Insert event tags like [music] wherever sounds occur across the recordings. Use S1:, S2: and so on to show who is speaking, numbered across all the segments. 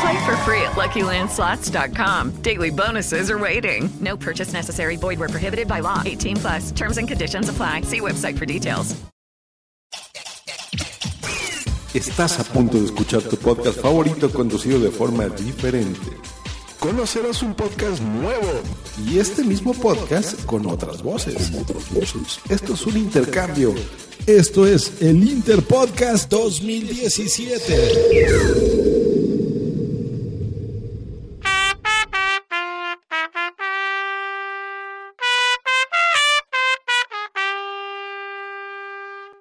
S1: Play for free at LuckyLandSlots.com. Daily bonuses are waiting. No purchase necessary. Void were prohibited by law. 18 plus. Terms and conditions apply. See website for details.
S2: Estás a punto de escuchar tu podcast favorito conducido de forma diferente. Conocerás un podcast nuevo. Y este mismo podcast con otras voces. Esto es un intercambio. Esto es el Interpodcast 2017.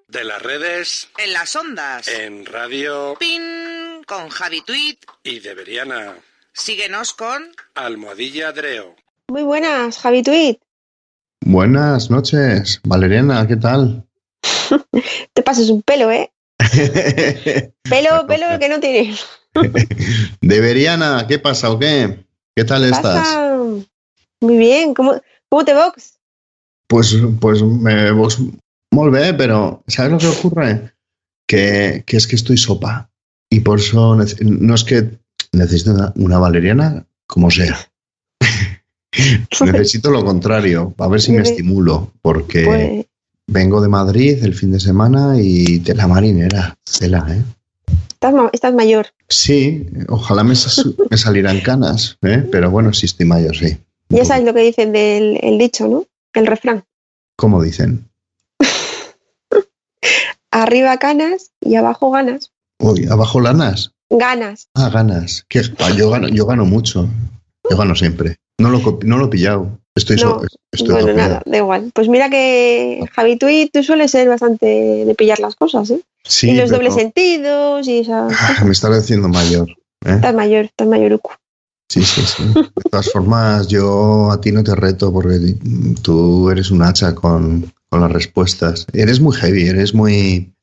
S3: De las redes,
S4: En las ondas.
S3: en radio
S4: Pin con Javi Tweet.
S3: y de Veriana.
S4: Síguenos con
S3: Almohadilla Dreo.
S5: Muy buenas, Javi Tweet.
S6: Buenas noches, Valeriana, ¿qué tal?
S5: Te pasas un pelo,
S6: [laughs]
S5: ¿eh? Pelo, pelo que no tienes.
S6: De Veriana, ¿qué pasa o qué? ¿Qué tal estás?
S5: Pasa. Muy bien. ¿Cómo, cómo te [laughs] vox?
S6: Pues, pues me vos molt bé, pero ¿sabes lo que ocurre? Que, que es que estoy sopa y por eso nece- no es que necesite una, una Valeriana como sea. Necesito lo contrario, a ver si me
S5: Debe-
S6: estimulo, porque
S5: Pues,
S6: vengo de Madrid el fin de semana y de la marinera, tela, ¿eh?
S5: estás, ma- estás mayor.
S6: Sí, ojalá me, sas- me salieran canas, ¿eh? pero bueno, sí estoy mayor, sí.
S5: Ya sabes lo que dicen del el dicho, ¿no? El refrán.
S6: ¿Cómo dicen?
S5: Arriba canas y abajo ganas.
S6: Uy, abajo lanas.
S5: Ganas.
S6: Ah, ganas. ¿Qué? Ah, Yo gano, yo gano mucho. Yo gano siempre. No lo, co- no lo he pillado. Estoy, so-
S5: No,
S6: estoy
S5: bueno,
S6: topeado.
S5: nada, da igual. Pues mira que Javi Tweet, tú sueles ser bastante de pillar las cosas, ¿eh?
S6: Sí,
S5: y los
S6: pero-
S5: dobles sentidos y esas.
S6: Ah, ¿eh? me estás haciendo mayor.
S5: Estás mayor, estás mayoruco.
S6: Sí, sí, sí. De todas formas, yo a ti no te reto porque mm, tú eres un hacha con, con las respuestas. Eres muy heavy, eres muy...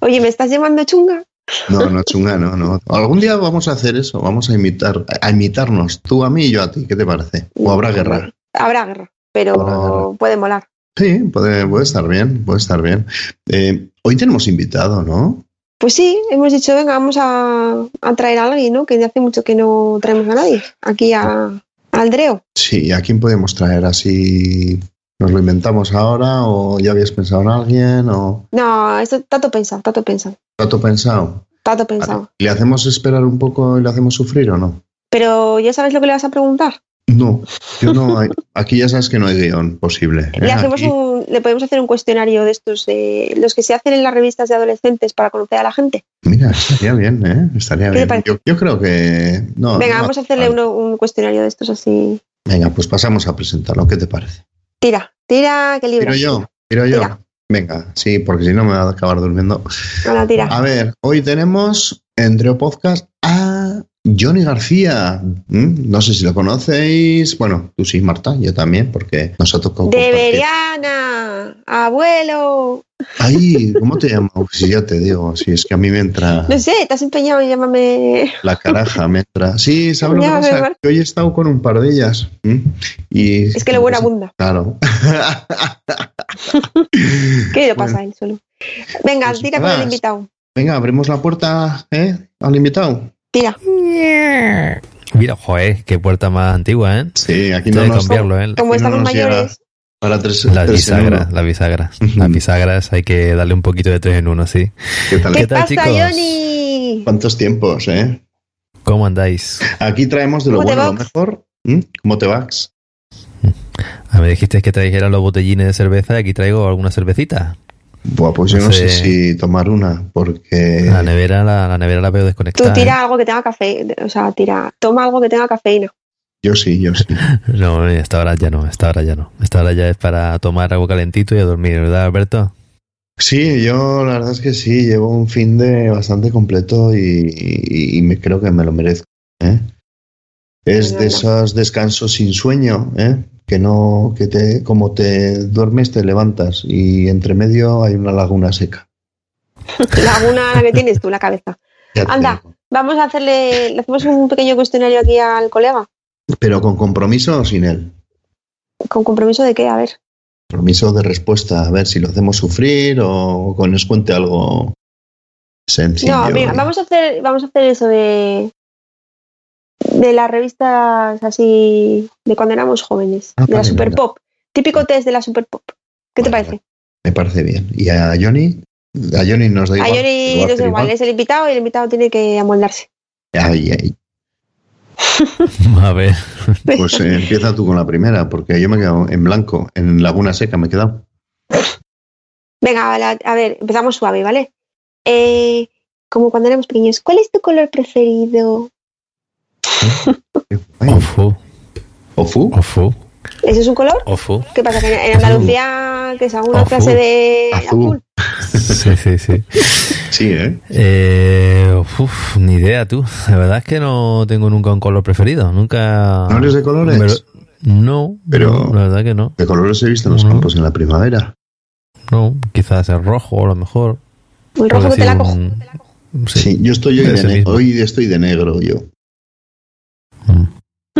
S5: Oye, ¿me estás llamando chunga?
S6: No, no, chunga, no, no. Algún día vamos a hacer eso, vamos a imitar, a imitarnos, tú a mí y yo a ti, ¿qué te parece? O habrá guerra.
S5: Mm, Habrá guerra, pero
S6: Habrá guerra.
S5: puede molar.
S6: Sí, puede, puede estar bien, puede estar bien. Eh, hoy tenemos invitado, ¿no?
S5: Pues sí, hemos dicho, venga, vamos a, a traer a alguien, ¿no? Que hace mucho que no traemos a nadie. Aquí a, al Dreo.
S6: Sí, ¿a quién podemos traer así? ¿Nos lo inventamos ahora o ya habías pensado en alguien o
S5: No, esto está todo pensado, está todo pensado,
S6: rato pensado?
S5: está todo pensado.
S6: ¿Le hacemos esperar un poco y le hacemos sufrir o no?
S5: Pero ya sabes lo que le vas a preguntar.
S6: No, yo no. hay- Aquí ya sabes que no hay guión posible. ¿eh?
S5: Le, hacemos
S6: Aquí-
S5: un- le podemos hacer un cuestionario de estos, de los que se hacen en las revistas de adolescentes para conocer a la gente.
S6: Mira, estaría bien, ¿eh? Estaría
S5: ¿Qué te
S6: bien.
S5: parece?
S6: Yo, yo creo que. No,
S5: Venga,
S6: no-
S5: vamos a hacerle uno- un cuestionario de estos así.
S6: Venga, pues pasamos a presentarlo. ¿Qué te parece?
S5: Tira, tira, que libro.
S6: Tiro yo, tiro yo.
S5: Venga.
S6: Venga, sí, porque si no me va a acabar durmiendo.
S5: Ahora tira.
S6: A ver, hoy tenemos entre podcast a Johnny García. ¿Mm? No sé si lo conocéis. Bueno, tú sí, Marta, yo también, porque nos ha tocado.
S5: De
S6: compartir.
S5: Veriana, abuelo.
S6: Ay, ¿cómo te llamas? Si ya te digo, si es que a mí me entra
S5: No sé, te has empeñado en llamarme [laughs]
S6: la caraja, me entra. Sí, ¿sabes lo que
S5: Ya,
S6: pasa?
S5: mejor.
S6: Que hoy he estado con un par de ellas. ¿Mm? Y pues,
S5: Es que lo buena abunda.
S6: Claro.
S5: [laughs] ¿Qué le
S6: Bueno.
S5: pasa a él solo? Venga,
S6: Pues
S5: tira con el
S6: nada.
S5: invitado.
S6: Venga, abrimos la puerta ¿eh? al invitado.
S5: Tira.
S3: Mira, joder, qué puerta más antigua, ¿eh?
S6: Sí, aquí
S3: Tiene
S6: no
S3: que
S6: nos
S3: cambiarlo, ¿eh?
S5: Como
S6: no
S5: estamos
S6: nos llega.
S5: mayores,
S6: para tres.
S3: Las
S6: tres en
S3: bisagras,
S6: uno.
S3: las bisagras.
S6: Ujú.
S3: Las bisagras hay que darle un poquito de tres en uno, sí.
S6: ¿Qué tal?
S5: ¿qué,
S3: ¿Qué tal,
S5: pasa,
S3: chicos?
S5: Johnny?
S6: ¿Cuántos tiempos, eh?
S3: ¿Cómo andáis?
S6: Aquí traemos de lo
S5: ¿Cómo te
S6: bueno, a lo
S5: vas?
S6: mejor. ¿Mm? ¿Cómo te vas?
S3: Ah, me dijiste que trajeran los botellines de cerveza y aquí traigo alguna cervecita. Buah, pues yo no sé si tomar una, porque.
S6: La nevera la, la nevera la veo desconectada.
S5: Tú tira
S6: ¿eh?
S5: algo que tenga café, o sea, tira, toma algo que tenga cafeína.
S3: Yo sí, yo sí.
S6: No, a esta hora ya no, a esta hora ya no. A Esta hora ya es para tomar algo calentito y a dormir, ¿verdad, Alberto?
S3: Sí, yo la verdad es que sí, llevo un fin de bastante completo y, y- y me creo que me lo merezco. ¿eh? Es de esos descansos sin sueño, ¿eh? que no, que te, como te duermes te levantas y entre medio hay una laguna seca.
S5: Laguna la que tienes tú, la
S6: [laughs]
S5: cabeza.
S3: Ya te
S5: Anda, vamos a hacerle, le hacemos un pequeño cuestionario aquí al colega.
S3: digo. Pero con compromiso o sin él.
S5: ¿Con compromiso de qué? A ver.
S3: Compromiso de respuesta, a ver si lo hacemos sufrir o con nos cuente algo sencillo.
S5: no, mira, vamos a hacer, vamos a hacer eso de de las revistas así de cuando éramos jóvenes,
S3: Ah,
S5: de la
S3: vale,
S5: Super
S3: venga.
S5: Pop. Típico test de la Super Pop. ¿Qué te parece?
S3: Me parece bien. ¿Y a Johnny? A Johnny nos da
S5: A
S3: igual.
S5: Johnny
S3: Igual,
S5: no es
S3: pero
S5: igual,
S3: igual.
S5: es el invitado y el invitado tiene que amoldarse.
S3: Ay, ay.
S6: [laughs] A ver.
S3: Pues eh, empieza tú con la primera, porque yo me he quedado en blanco, en Laguna Seca me he quedado.
S5: Venga, la- a ver, empezamos suave, ¿vale? Eh, como cuando éramos pequeños, ¿cuál es tu color preferido?
S6: Ofu.
S3: ¿Ofu?
S6: Ofu.
S5: ¿Ese es un color?
S6: Ofu.
S5: ¿Qué pasa? Que en- en
S6: Azul.
S5: Andalucía, que es una
S6: Azul.
S5: clase de azul.
S6: Sí, sí, sí.
S3: Sí, ¿eh?
S6: Eh, uf, ni idea tú. La verdad es que no tengo nunca un color preferido. Nunca.
S3: ¿No eres de colores?
S6: Me lo- Ah, no,
S3: Pero-
S6: no, la verdad que no.
S3: De colores he visto en los campos en la primavera.
S6: No, quizás el rojo a lo mejor.
S5: El rojo
S6: Por
S5: que te
S6: decir
S5: la cojo.
S6: un-
S3: Sí, yo estoy hoy de,
S6: Es el
S3: ne-
S6: mismo.
S3: hoy estoy de negro yo.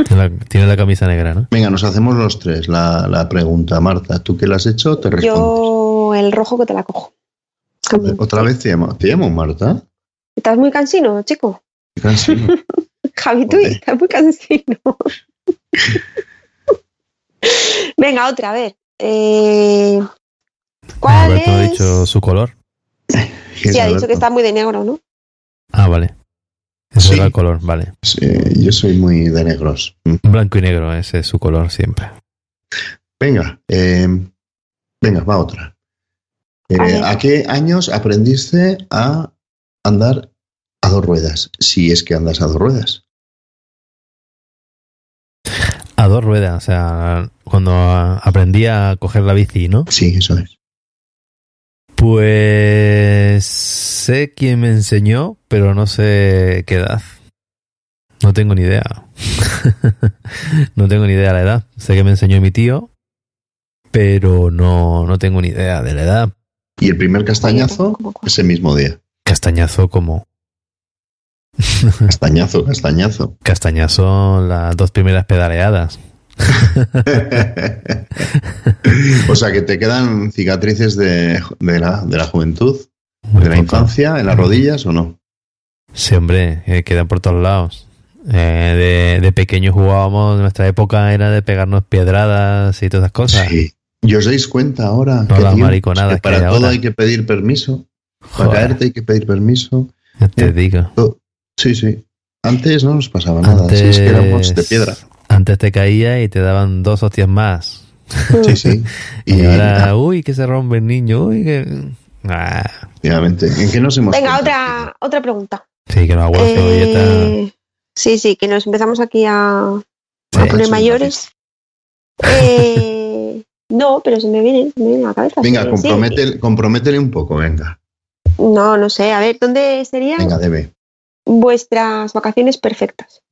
S6: Tiene la, tiene la camisa negra, ¿no?
S3: Venga, nos hacemos los tres la, la pregunta, Marta. ¿Tú qué la has hecho? Te respondo.
S5: Yo el rojo que te la cojo.
S3: Otra vez te llamo, te llamo
S5: [laughs]
S3: Marta.
S5: Estás muy cansino, chico. [laughs]
S3: Qué cansino.
S5: Javi, tú estás muy cansino. [laughs] Venga, otra, a ver. Eh, ¿Cuál
S6: Alberto ha
S5: es?
S6: dicho su color.
S5: Sí, ha dicho que está muy de negro, ¿no?
S6: Ah, vale. Ese
S3: Sí.
S6: era el color, vale.
S3: Sí, yo soy muy de negros. Mm.
S6: Blanco y negro, ese es su color siempre.
S3: Venga, eh, venga, va otra. Eh,
S6: A ver.
S3: ¿A qué años aprendiste a andar a dos ruedas? Si es que andas a dos ruedas.
S6: A dos ruedas, o sea, cuando ah, aprendí a coger la bici, ¿no?
S3: Sí, eso es.
S6: Pues sé quién me enseñó, pero no sé qué edad. No tengo ni idea. no tengo ni idea de la edad. Sé que me enseñó mi tío, pero no, no tengo ni idea de la edad.
S3: Y el primer castañazo ese mismo día.
S6: Castañazo como...
S3: Castañazo, castañazo.
S6: [laughs] Castañazo las dos primeras pedaleadas.
S3: o sea que te quedan cicatrices de, de la, de la juventud,
S6: Pues
S3: de la infancia,
S6: mm.
S3: en las rodillas o no.
S6: Sí, hombre, eh, quedan por todos lados. Eh, de, de pequeño jugábamos, nuestra época era de pegarnos piedradas y todas esas cosas.
S3: Sí. Y os dais cuenta ahora
S6: No, las
S3: tío,
S6: mariconadas
S3: que
S6: que
S3: para
S6: hay
S3: todo
S6: ahora.
S3: hay que pedir permiso. Para
S6: Joder.
S3: caerte hay que pedir permiso.
S6: Ya te digo.
S3: To- Sí, sí. Antes no nos pasaba nada. Sí, es que éramos de piedra.
S6: Antes te caía y te daban dos hostias más.
S5: Mm.
S3: Sí, sí.
S6: [laughs] Y, ahora, uy, que se rompe el niño, uy, que... Ah,
S3: Efectivamente. ¿En qué nos hemos
S5: Venga, otra, otra pregunta.
S6: sí, que los abuelos de
S5: Eh, sí, sí, que nos empezamos aquí a, a
S6: Sí.
S5: poner mayores. Eh, no, pero se me viene, se me viene a la cabeza.
S3: Venga,
S5: Sí,
S3: comprométele, comprométele un poco, venga.
S5: sí. No, no sé. A ver, ¿dónde serían
S3: Venga, debe.
S5: vuestras vacaciones perfectas?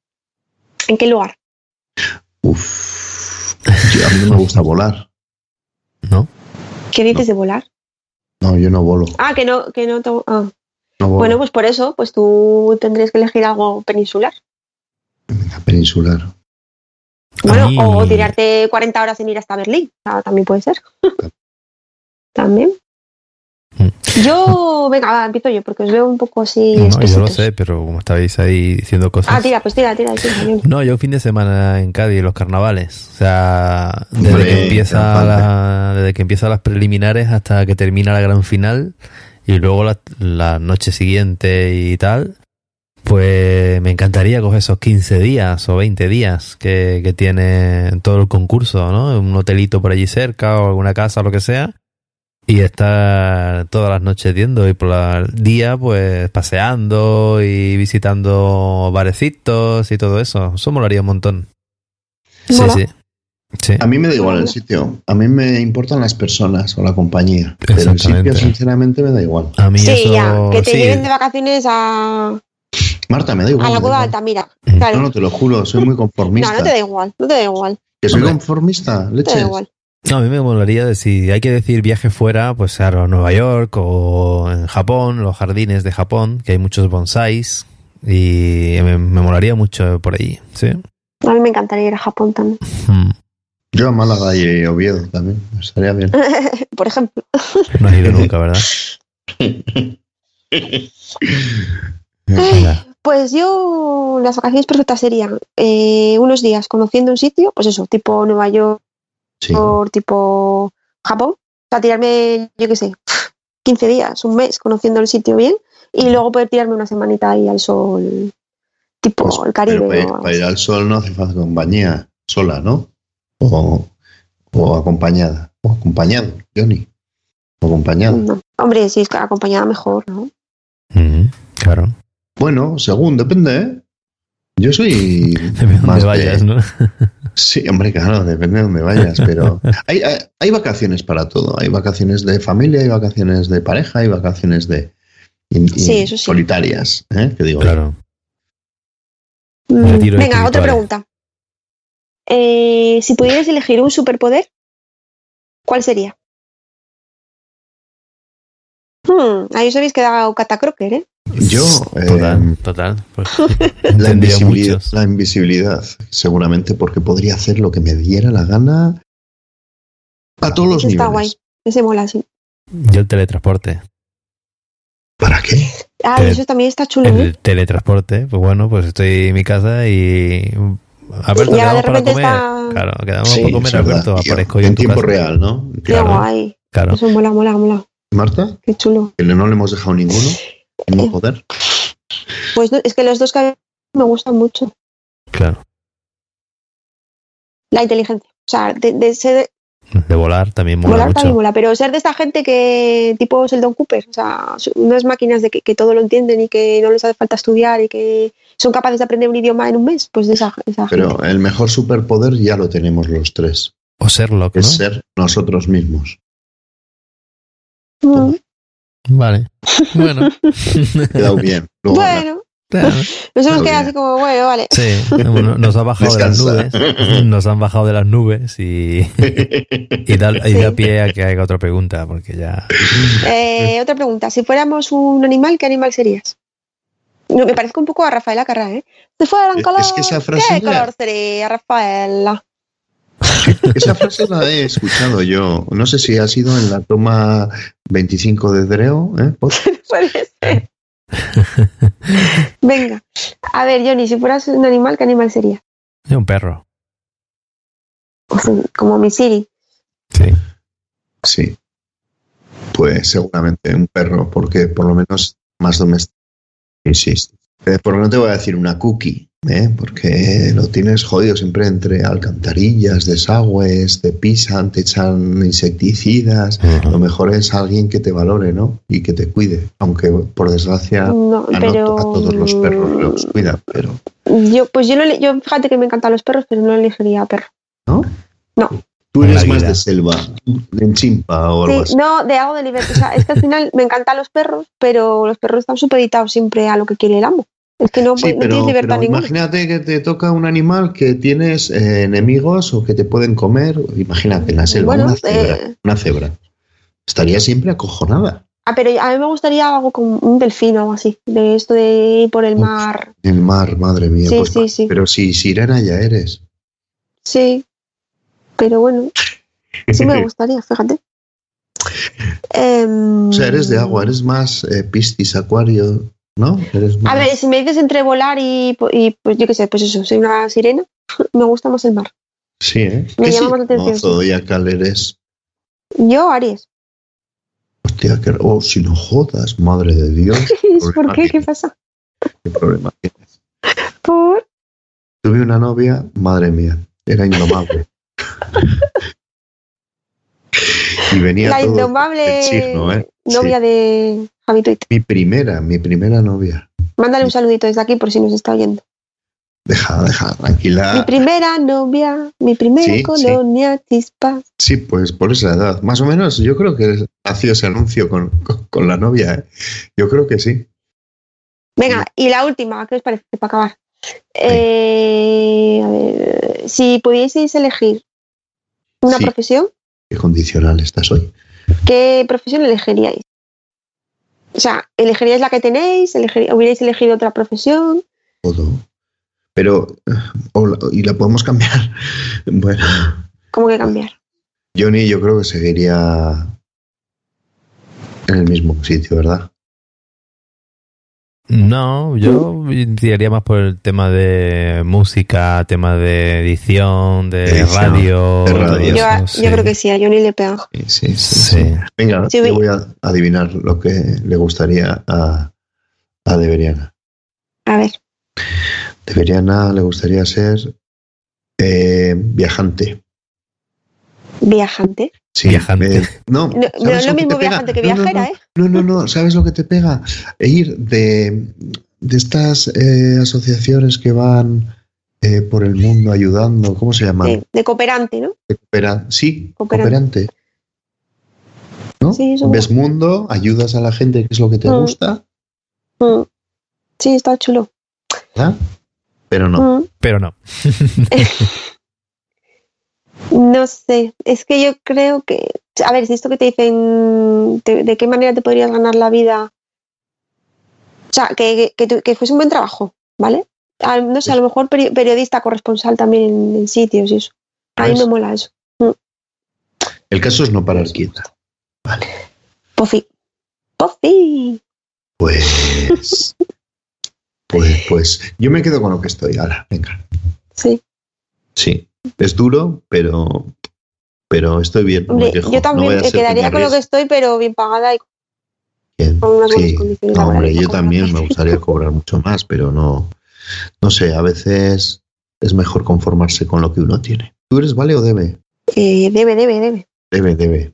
S5: ¿En qué lugar?
S3: Yo- a mí no me gusta volar.
S6: ¿No?
S5: ¿Qué dices de volar?
S3: No, yo no volo.
S5: Ah, que no, que no. to- ah.
S3: No volo.
S5: Bueno, pues por eso, pues tú tendrías que elegir algo peninsular.
S3: Peninsular.
S5: Bueno,
S3: mí-
S5: o tirarte 40 horas en ir hasta Berlín. Ah, También
S6: [laughs]
S5: puede ser. También. Yo, venga, va, empiezo yo, porque os veo un poco así.
S6: Mm. No, yo lo
S5: espesitos.
S6: sé, pero como estáis ahí diciendo cosas...
S5: Ah, tira, pues tira, tira. tira, yo.
S6: No, yo un este fin de semana en Cádiz, los carnavales. O sea, desde
S3: Hombre,
S6: que empieza
S3: campante.
S6: la- desde que empiezan las preliminares hasta que termina la gran final y luego la, la noche siguiente y tal. Pues me encantaría coger esos 15 días o 20 días que, que Eh, tiene todo el concurso, ¿no? Un hotelito por allí cerca o alguna casa, lo que sea. y estar todas las noches yendo y por el día pues paseando y visitando barecitos y todo eso. Eso molaría un montón. Sí,
S5: Mola.
S6: sí. Sí.
S3: A mí me da igual el sitio. A mí me importan las personas o la compañía. Pero el sitio,
S6: Exactamente.
S3: sinceramente, me da igual.
S6: A mí
S5: Sí,
S6: eso-
S5: ya. Que te
S6: sí.
S5: lleven de vacaciones a,
S3: Marta, me da igual.
S5: a la
S3: me da
S5: cueva
S3: igual.
S5: de Altamira.
S3: No,
S6: Mm.
S5: Claro.
S3: no, te lo juro, soy muy
S5: No,
S3: conformista.
S5: no te da igual. No te da igual.
S3: Que soy
S6: Hombre.
S3: conformista,
S5: No te da
S3: leches.
S5: igual.
S6: No, a mí me molaría de si hay que decir viaje fuera, pues claro, a Nueva York o en Japón, los jardines de Japón, que hay muchos bonsáis y me, me molaría mucho por allí, ¿sí?
S5: A mí me encantaría ir a Japón también. [laughs]
S6: Mm.
S3: Yo a Málaga y Oviedo también. Estaría bien.
S5: Por ejemplo.
S6: No has ido nunca,
S5: [laughs]
S6: ¿verdad? Venga.
S5: Pues yo, las vacaciones perfectas serían eh, unos días conociendo un sitio, pues eso, tipo Nueva York,
S3: Sí.
S5: Oh. tipo Japón. O sea, tirarme, yo qué sé, 15 días, un mes conociendo el sitio bien y luego poder tirarme una semanita ahí al sol, tipo
S3: Pues, Pero
S5: el
S3: para
S5: Caribe.
S3: ir,
S5: o algo
S3: para ir
S5: así.
S3: al sol no hace falta compañía. Sola, ¿no? O, o acompañada. O acompañado, Johnny. O acompañado.
S5: No. Hombre, si es que acompañada mejor, ¿no?
S6: Mm, claro.
S3: Bueno, según, depende, ¿eh? Yo soy.
S6: [laughs] Depende de
S3: más
S6: dónde
S3: de-
S6: vayas, ¿no?
S3: [laughs] Sí, hombre, claro, depende de dónde vayas,
S6: [laughs]
S3: pero hay, hay, hay vacaciones para todo. Hay vacaciones de familia, hay vacaciones de pareja, hay vacaciones de in- in-
S5: Sí, eso sí.
S3: solitarias, ¿eh? Que digo,
S6: Claro.
S5: Mm,
S6: Retiro
S5: Venga, otra
S6: espiritual.
S5: pregunta. Eh, si pudieras elegir un superpoder, ¿cuál sería? Hmm, ahí os habéis quedado catacroker, ¿eh?
S3: yo eh,
S6: Total, total.
S5: [laughs]
S6: Pues,
S3: la,
S6: tendría
S3: invisibilidad,
S6: muchos.
S3: la invisibilidad, seguramente, porque podría hacer lo que me diera la gana a todos los
S5: Ese está
S3: niveles.
S5: guay. Ese mola, sí.
S6: Yo el teletransporte.
S3: ¿Para qué?
S5: Ah, y
S6: Eh,
S5: eso también está chulo, ¿eh?
S6: El teletransporte, pues bueno, pues estoy en mi casa y... Alberto,
S5: Y ahora
S6: quedamos
S5: de
S6: para
S5: repente
S6: comer.
S5: está-
S6: Claro, quedamos
S3: Sí,
S6: para
S3: es
S6: comer,
S3: verdad,
S6: Alberto.
S3: tío.
S6: Aparezco yo
S3: en
S6: en tu
S3: tiempo
S6: casa.
S3: real, ¿no?
S5: Qué
S6: claro.
S5: guay.
S6: Claro.
S5: Eso mola, mola, mola.
S3: Marta,
S5: Qué chulo.
S3: que no le hemos dejado ninguno, ningún poder.
S5: Pues no, es que los dos que habéis- me gustan mucho.
S6: Claro.
S5: La inteligencia. O sea, de, de ser,
S6: De volar también mola
S5: volar
S6: mucho.
S5: también mola, pero ser de esta gente que, tipo Sheldon Cooper, o sea, son unas máquinas de que, que todo lo entienden y que no les hace falta estudiar y que son capaces de aprender un idioma en un mes, pues de esa, esa gente.
S3: Pero el mejor superpoder ya lo tenemos los tres,
S6: O Sherlock,
S3: que
S6: ¿no?
S3: es ser nosotros mismos.
S5: Mm,
S6: Vale. Bueno.
S3: Quedado
S5: [laughs]
S3: bien. Luego,
S5: bueno,
S6: Claro.
S5: [laughs] nos hemos
S3: Muy
S5: quedado
S3: bien.
S5: así como, bueno, vale. [laughs]
S6: Sí, bueno, nos ha bajado de las
S3: Descansa.
S6: nubes. Nos han bajado de las nubes y,
S3: [laughs]
S6: [laughs] y, da, y da pie a que haga otra pregunta, porque ya.
S5: Eh, otra pregunta, si fuéramos un animal, ¿qué animal serías? No, me parezco un poco a Rafaela Carrá, ¿eh? Si fuera un
S3: Es-
S5: color,
S3: es que esa frase
S5: ¿qué
S3: ya-
S5: color sería Rafaela? [laughs]
S3: Esa frase la he escuchado yo. No sé si ha sido en la toma 25 de Dreo. ¿eh? Pues,
S5: Puede
S6: [laughs]
S5: ser. Venga, a ver, Johnny, si fueras un animal, ¿qué animal sería?
S6: Un perro.
S5: Como mi Siri.
S6: Sí.
S3: sí. Pues seguramente un perro, porque por lo menos más doméstico. Sí, sí, sí. Eh, porque no te voy a decir una cookie, ¿eh? porque lo tienes jodido siempre entre alcantarillas, desagües, te pisan, te echan insecticidas. Lo mejor es alguien que te valore, ¿no? Y que te cuide, aunque por desgracia
S5: No,
S3: Ah, a, no-
S5: pero.
S3: a todos los perros los cuida, pero
S5: Yo, pues yo, no le- yo, fíjate que me encantan los perros, pero no elegiría perro.
S3: ¿no?
S5: No.
S3: Tú
S6: En
S3: eres
S6: la
S3: más
S6: vida.
S3: de selva, de chimpa o algo
S5: Sí,
S3: así.
S5: no, de algo de libertad. O sea, es que al final me encantan los perros, pero los perros están supeditados siempre a lo que quiere el amo. Es que no,
S3: Sí,
S5: puede- no
S3: pero,
S5: tienes libertad
S3: pero
S5: ninguna.
S3: imagínate que te toca un animal que tienes eh, enemigos o que te pueden comer. Imagínate en la selva
S5: Bueno,
S3: una, cebra,
S5: eh.
S3: una cebra. Estaría siempre acojonada
S5: Ah, pero a mí me gustaría algo como un delfín o algo así, de esto de ir por el
S3: Uf.
S5: mar.
S3: en el mar, madre mía.
S5: Sí,
S3: pues,
S5: sí, sí.
S3: Pero si sirena ya eres.
S5: Sí, pero bueno,
S3: [laughs]
S5: sí me gustaría, fíjate. Em,
S3: o sea, eres de agua, eres más eh, piscis, acuario, ¿no? Eres
S5: A
S3: más-
S5: ver, si me dices entre volar y, po- y, pues yo qué sé, pues eso, soy una sirena, [laughs] me gusta más el mar.
S3: sí, ¿eh?
S5: me
S3: ¿Qué
S5: llama más
S3: signo
S5: la atención, sí.
S3: zodiacal eres?
S5: Yo, Aries. [laughs]
S3: Hostia, que, oh, si no jodas, madre de Dios,
S5: ¿Por qué? ¿Qué pasa?
S3: qué problema tienes.
S5: ¿Por?
S3: Tuve una novia, madre mía, era indomable. Y venía
S5: La
S3: todo
S5: indomable
S3: el signo, ¿eh?
S5: novia
S3: Sí.
S5: de Javi Tweet.
S3: Mi primera, mi primera novia.
S5: Mándale un saludito desde aquí por si nos está oyendo.
S3: Deja, deja,
S5: Mi
S3: tranquila.
S5: primera novia, mi primera
S3: Ah, pues. Sí, sí.
S5: colonia, chispas.
S3: Sí, pues por esa edad. Más o menos, yo creo que nació ese anuncio con, con- con la novia. ¿eh? Yo creo que sí.
S5: Venga, y la última, ¿qué os parece para acabar? Eh, a ver, si pudieseis elegir una
S3: Sí.
S5: profesión,
S3: Qué condicional estás hoy.
S5: ¿qué profesión elegiríais? O sea, ¿elegiríais la que tenéis? ¿Elegir- ¿Hubierais elegido otra profesión?
S3: Todo. Pero, eh, o la- y la podemos cambiar. [laughs] Bueno,
S5: ¿Cómo que cambiar?
S3: Johnny, yo creo que seguiría en el mismo sitio, ¿verdad?
S6: No, yo tiraría más por el tema de música, tema de edición, de
S3: Edición,
S6: Eh, radio.
S3: de radio.
S5: Yo,
S6: no
S5: yo
S6: sé.
S5: creo que sí, a Johnny le pegan.
S3: Sí, sí, sí.
S6: Sí.
S3: Venga,
S5: Sí,
S3: yo voy
S5: voy-
S3: a adivinar lo que le gustaría a, a Deberiana.
S5: A ver,
S3: Deberiana le gustaría ser eh, viajante.
S5: viajante.
S3: Sí,
S6: Viajante.
S3: eh, no,
S5: No,
S3: ¿sabes
S5: no es lo
S3: que
S5: mismo
S3: te pega?
S5: viajante que
S3: No, no,
S5: viajera,
S3: no.
S5: ¿eh?
S3: No, no, no, ¿sabes lo que te pega? E ir de, de estas eh, asociaciones que van eh, por el mundo ayudando, ¿cómo se llama?
S5: De, de cooperante, ¿no?
S3: Coopera- sí, cooperante.
S5: Cooperante.
S3: ¿No?
S5: Sí, eso-
S3: Ves mundo, ayudas a la gente, que es lo que te
S5: Mm.
S3: gusta,
S5: Mm. Sí, está chulo.
S3: ¿verdad? Pero no.
S5: Mm.
S6: Pero no.
S5: No sé, es que yo creo que, a ver, si esto que te dicen, te- de qué manera te podrías ganar la vida, o sea, que, que- que, tu- que fuese un buen trabajo, ¿vale? A- no sé, a lo mejor peri- periodista corresponsal también en, en sitios y eso. A mí
S3: ¿Ves?
S5: me mola eso.
S3: El caso es no parar quieta.
S5: Pofi. Pofi. [laughs]
S3: Pues. Pues, pues. Yo me quedo con lo que estoy ahora. Venga.
S5: Sí.
S3: Sí. Es duro, pero. Pero estoy bien. no me
S5: Hombre,
S3: quejo.
S5: yo
S3: No
S5: también
S3: vaya a
S5: me
S3: ser que
S5: quedaría
S3: me
S5: con lo que
S3: arriesgue.
S5: estoy, pero bien pagada y con unas buenas
S3: Sí.
S5: condiciones
S3: No,
S5: laborales.
S3: hombre, yo
S5: [laughs]
S3: también me gustaría cobrar mucho más, pero no. No sé, a veces es mejor conformarse con lo que uno tiene. ¿Tú eres vale o debe?
S5: Eh, debe, debe, debe.
S3: Debe, debe.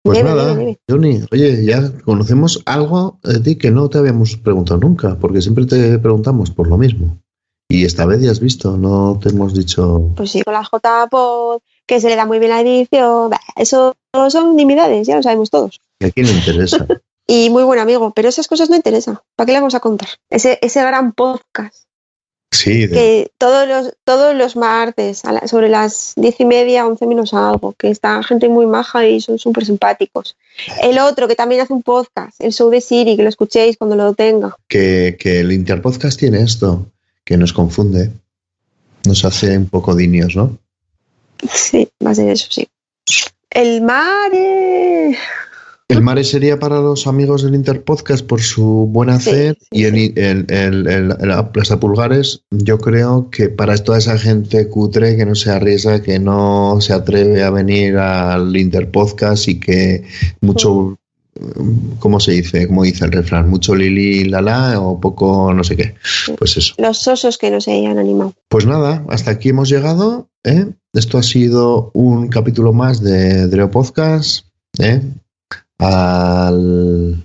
S3: Pues
S5: Debe,
S3: nada,
S5: debe, debe.
S3: Johnny, oye, ya conocemos algo de ti que no te habíamos preguntado nunca, porque siempre te preguntamos por lo mismo. Y esta vez ya has visto, no te hemos dicho.
S5: Pues sí, con la J-Pod, que se le da muy bien la edición. bah, Eso son nimiedades, ya lo sabemos todos.
S3: ¿Y a quién le interesa?
S5: [laughs] y muy buen amigo, pero esas cosas no interesan. ¿Para qué le vamos a contar? Ese, ese gran podcast
S3: Sí, de-
S5: que todos los, todos los martes a la- sobre las diez y media, once menos algo, que está gente muy maja y son súper simpáticos. El otro que también hace un podcast, el show de Siri, que lo escuchéis cuando lo tenga.
S3: que, que el Interpodcast tiene esto, que nos confunde, nos hace un poco dinios, ¿no?
S5: Sí, va a ser eso, sí. El mar. eh,
S3: El Mare sería para los amigos del Interpodcast por su buen hacer
S5: Sí, sí,
S3: y el, el, el, el- el aplastapulgares, yo creo que para toda esa gente cutre que no se arriesga, que no se atreve a venir al Interpodcast y que mucho, mm, ¿cómo se dice? ¿Cómo dice el refrán? Mucho lili lala o poco no sé qué. Pues eso.
S5: Los osos que no se hayan animado.
S3: Pues nada, hasta aquí hemos llegado. ¿eh? Esto ha sido un capítulo más de Dreo Podcast. ¿eh? Al...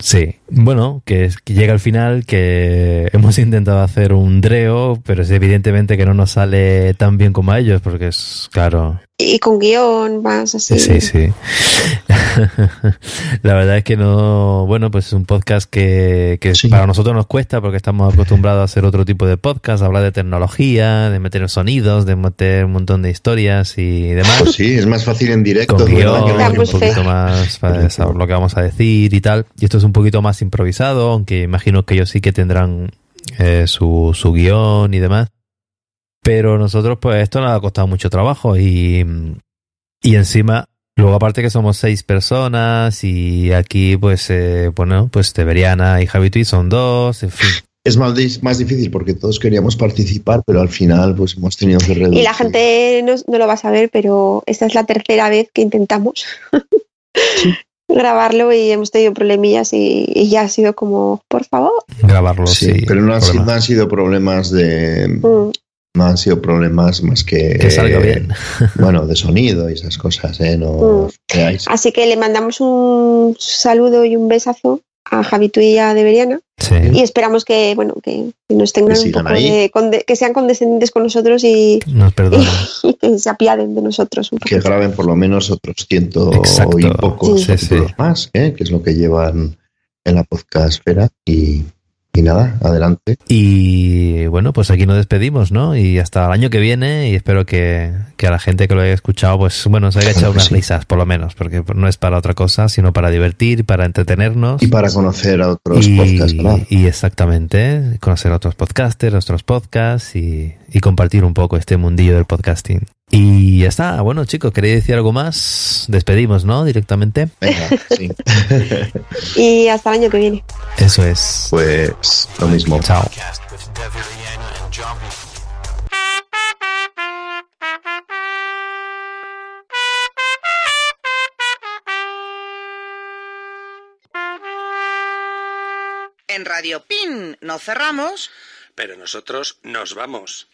S6: Sí, bueno, que, es- que llega al final, que hemos intentado hacer un dreo, pero es evidentemente que no nos sale tan bien como a ellos, porque es, claro,
S5: Y con guión, más así.
S6: sí, sí. La verdad es que no, bueno, pues es un podcast que, que
S3: Sí.
S6: para nosotros nos cuesta porque estamos acostumbrados a hacer otro tipo de podcast, hablar de tecnología, de meter sonidos, de meter un montón de historias y demás
S3: Pues sí, es más fácil en directo.
S6: con
S3: ¿verdad?
S6: guión,
S3: Que no-
S5: Claro,
S6: un
S5: pues,
S6: poquito más para saber lo que vamos a decir y tal. Y esto es un poquito más improvisado, aunque imagino que ellos sí que tendrán eh, su, su guión y demás. Pero nosotros, pues, esto nos ha costado mucho trabajo y, y encima, luego aparte que somos seis personas y aquí, pues, eh, bueno, pues Teberiana y Javi Tui son dos, en fin.
S3: Es más, dis- más difícil porque todos queríamos participar, pero al final pues hemos tenido que reducir.
S5: Y la gente no, no lo va a saber, pero esta es la tercera vez que intentamos [laughs] grabarlo y hemos tenido problemillas y, y ya ha sido como, por favor.
S6: Grabarlo,
S3: Sí,
S6: sí.
S3: pero no han, sido,
S6: problema.
S3: no han sido problemas de,
S5: mm,
S3: no han sido problemas más que.
S6: Que salga bien.
S3: [laughs] bueno, de sonido y esas cosas, ¿eh? No
S5: Mm.
S3: os creáis.
S5: Así que le mandamos un saludo y un besazo a Javi Tui y a Deberiana. Y esperamos que, bueno, que, que nos tengan
S3: Que
S5: un
S3: sigan
S5: poco
S3: ahí.
S5: de conde- que sean condescendientes con nosotros y,
S6: Nos perdona.
S5: [laughs] y que se apiaden de nosotros un poco.
S3: que graben por lo menos otros ciento
S6: Exacto.
S3: y pocos
S6: Sí.
S3: capítulos más, ¿eh? que es lo que llevan en la podcastfera. Y, y nada, adelante.
S6: Y bueno, pues aquí nos despedimos, ¿no? Y hasta el año que viene y espero que, que a la gente que lo haya escuchado, pues bueno, se haya
S3: Claro
S6: echado
S3: que
S6: unas
S3: sí.
S6: risas, por lo menos, porque no es para otra cosa, sino para divertir, para entretenernos.
S3: Y para conocer a otros
S6: Y-
S3: podcasts, ¿verdad?
S6: Y exactamente, conocer a otros podcasters, otros podcasts y, y compartir un poco este mundillo del podcasting. Y ya está. Bueno, chicos, ¿queréis decir algo más? Despedimos, ¿no? Directamente.
S3: Venga,
S6: [laughs]
S3: sí.
S5: Y hasta el año que viene.
S6: Eso es.
S3: Pues lo mismo.
S6: Chao.
S4: En Radio PIN nos cerramos.
S7: Pero nosotros nos vamos.